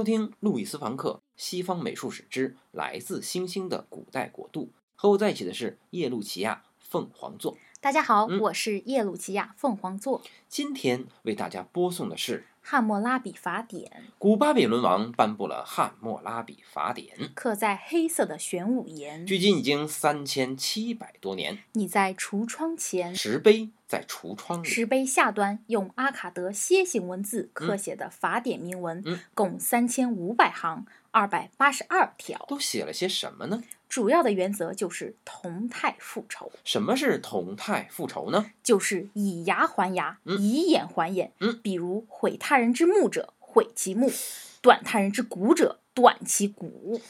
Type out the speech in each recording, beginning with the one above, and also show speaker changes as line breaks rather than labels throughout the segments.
收听路易斯·房克《西方美术史之来自星星的古代国度》，和我在一起的是耶路齐亚凤凰座。
大家好，
嗯
我是耶鲁奇亚凤凰座《
今天为大家播送的是
汉谟拉比法典》，
古巴比伦王颁布了《汉谟拉比法典
刻在黑色的玄武》，岩。
距今已经三千七百多年。
你在橱窗前，
石碑在橱窗里，
石碑下端用阿卡德楔形文字刻写的法典铭文，
嗯
共三千五百行，二百八十二条。
都写了些什么呢？
主要的原则就是同态复仇，
什么是同态复仇呢？
就是以牙还牙，
嗯
以眼还眼。
嗯
比如毁他人之目者，毁其目；断他人之骨者，断其骨。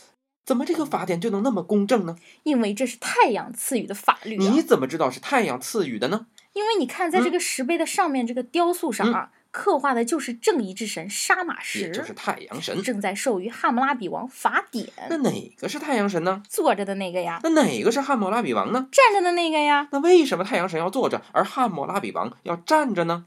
怎么这个法典就能那么公正呢？
因为这是啊太阳赐予的法律、啊。
你怎么知道是太阳赐予的呢？
因为你看，在这
嗯
个石碑的上面，这个雕塑上啊，刻画的就是正义之神沙马
也
什，
就是太阳神。嗯
正在授予汉谟拉比王法典，
那哪个是太阳神呢？
坐着的那个呀，
那哪个是汉谟拉比王呢？
站着的那个呀，
那为什么太阳神要坐着，而汉谟拉比王要站着呢？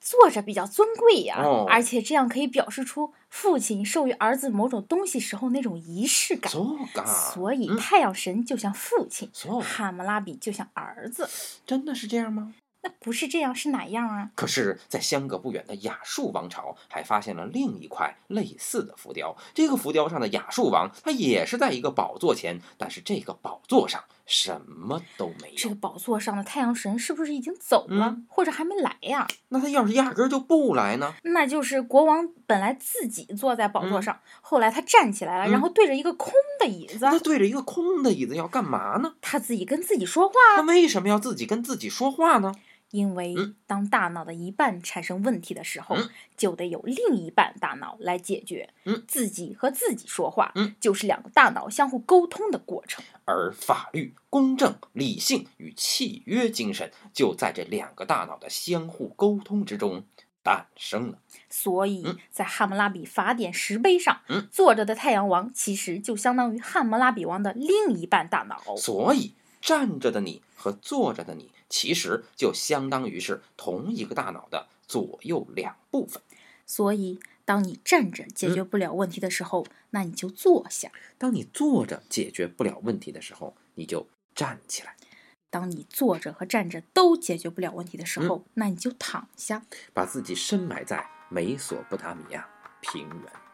坐着比较尊贵呀，
哦
而且这样可以表示出父亲授予儿子某种东西时候那种仪式感。
そうか，
所以，
嗯哦
太阳神就像父亲，
そう，
汉谟拉比就像儿子。
真的是这样吗？
那不是这样是哪样啊？
可是，在相隔不远的亚述王朝，还发现了另一块类似的浮雕。这个浮雕上的亚述王，他也是在一个宝座前，但是这个宝座上什么都没
这个
有。
宝座上的太阳神是不是已经走了，
嗯
或者还没来呀？
那他要是压根儿就不来呢？
那就是国王本来自己坐在宝座
嗯
上，后来他站起来
嗯
了，然后对着一个空的椅子，
那他对着一个空的椅子要干嘛呢？
他自己跟自己说话，
他为什么要自己跟自己说话呢？
因为
嗯
当大脑的一半产生问题的时候，
嗯
就得有另一半大脑来解决。
嗯
自己和自己说话，
嗯
就是两个大脑相互沟通的过程。
而法律、公正、理性与契约精神就在这两个大脑的相互沟通之中诞生了。
所以
嗯
在汉谟拉比法典石碑上、
嗯
坐着的太阳王，其实就相当于汉谟拉比王的另一半大脑。
所以，站着的你和坐着的你，其实就相当于是同一个大脑的左右两部分。
所以，当你站着解
嗯
决不了问题的时候，那你就坐下；
当你坐着解决不了问题的时候，你就站起来，
当你坐着和站着都解决不了问题的时候，那你就躺下。
把自己深埋在美索不达米亚平原。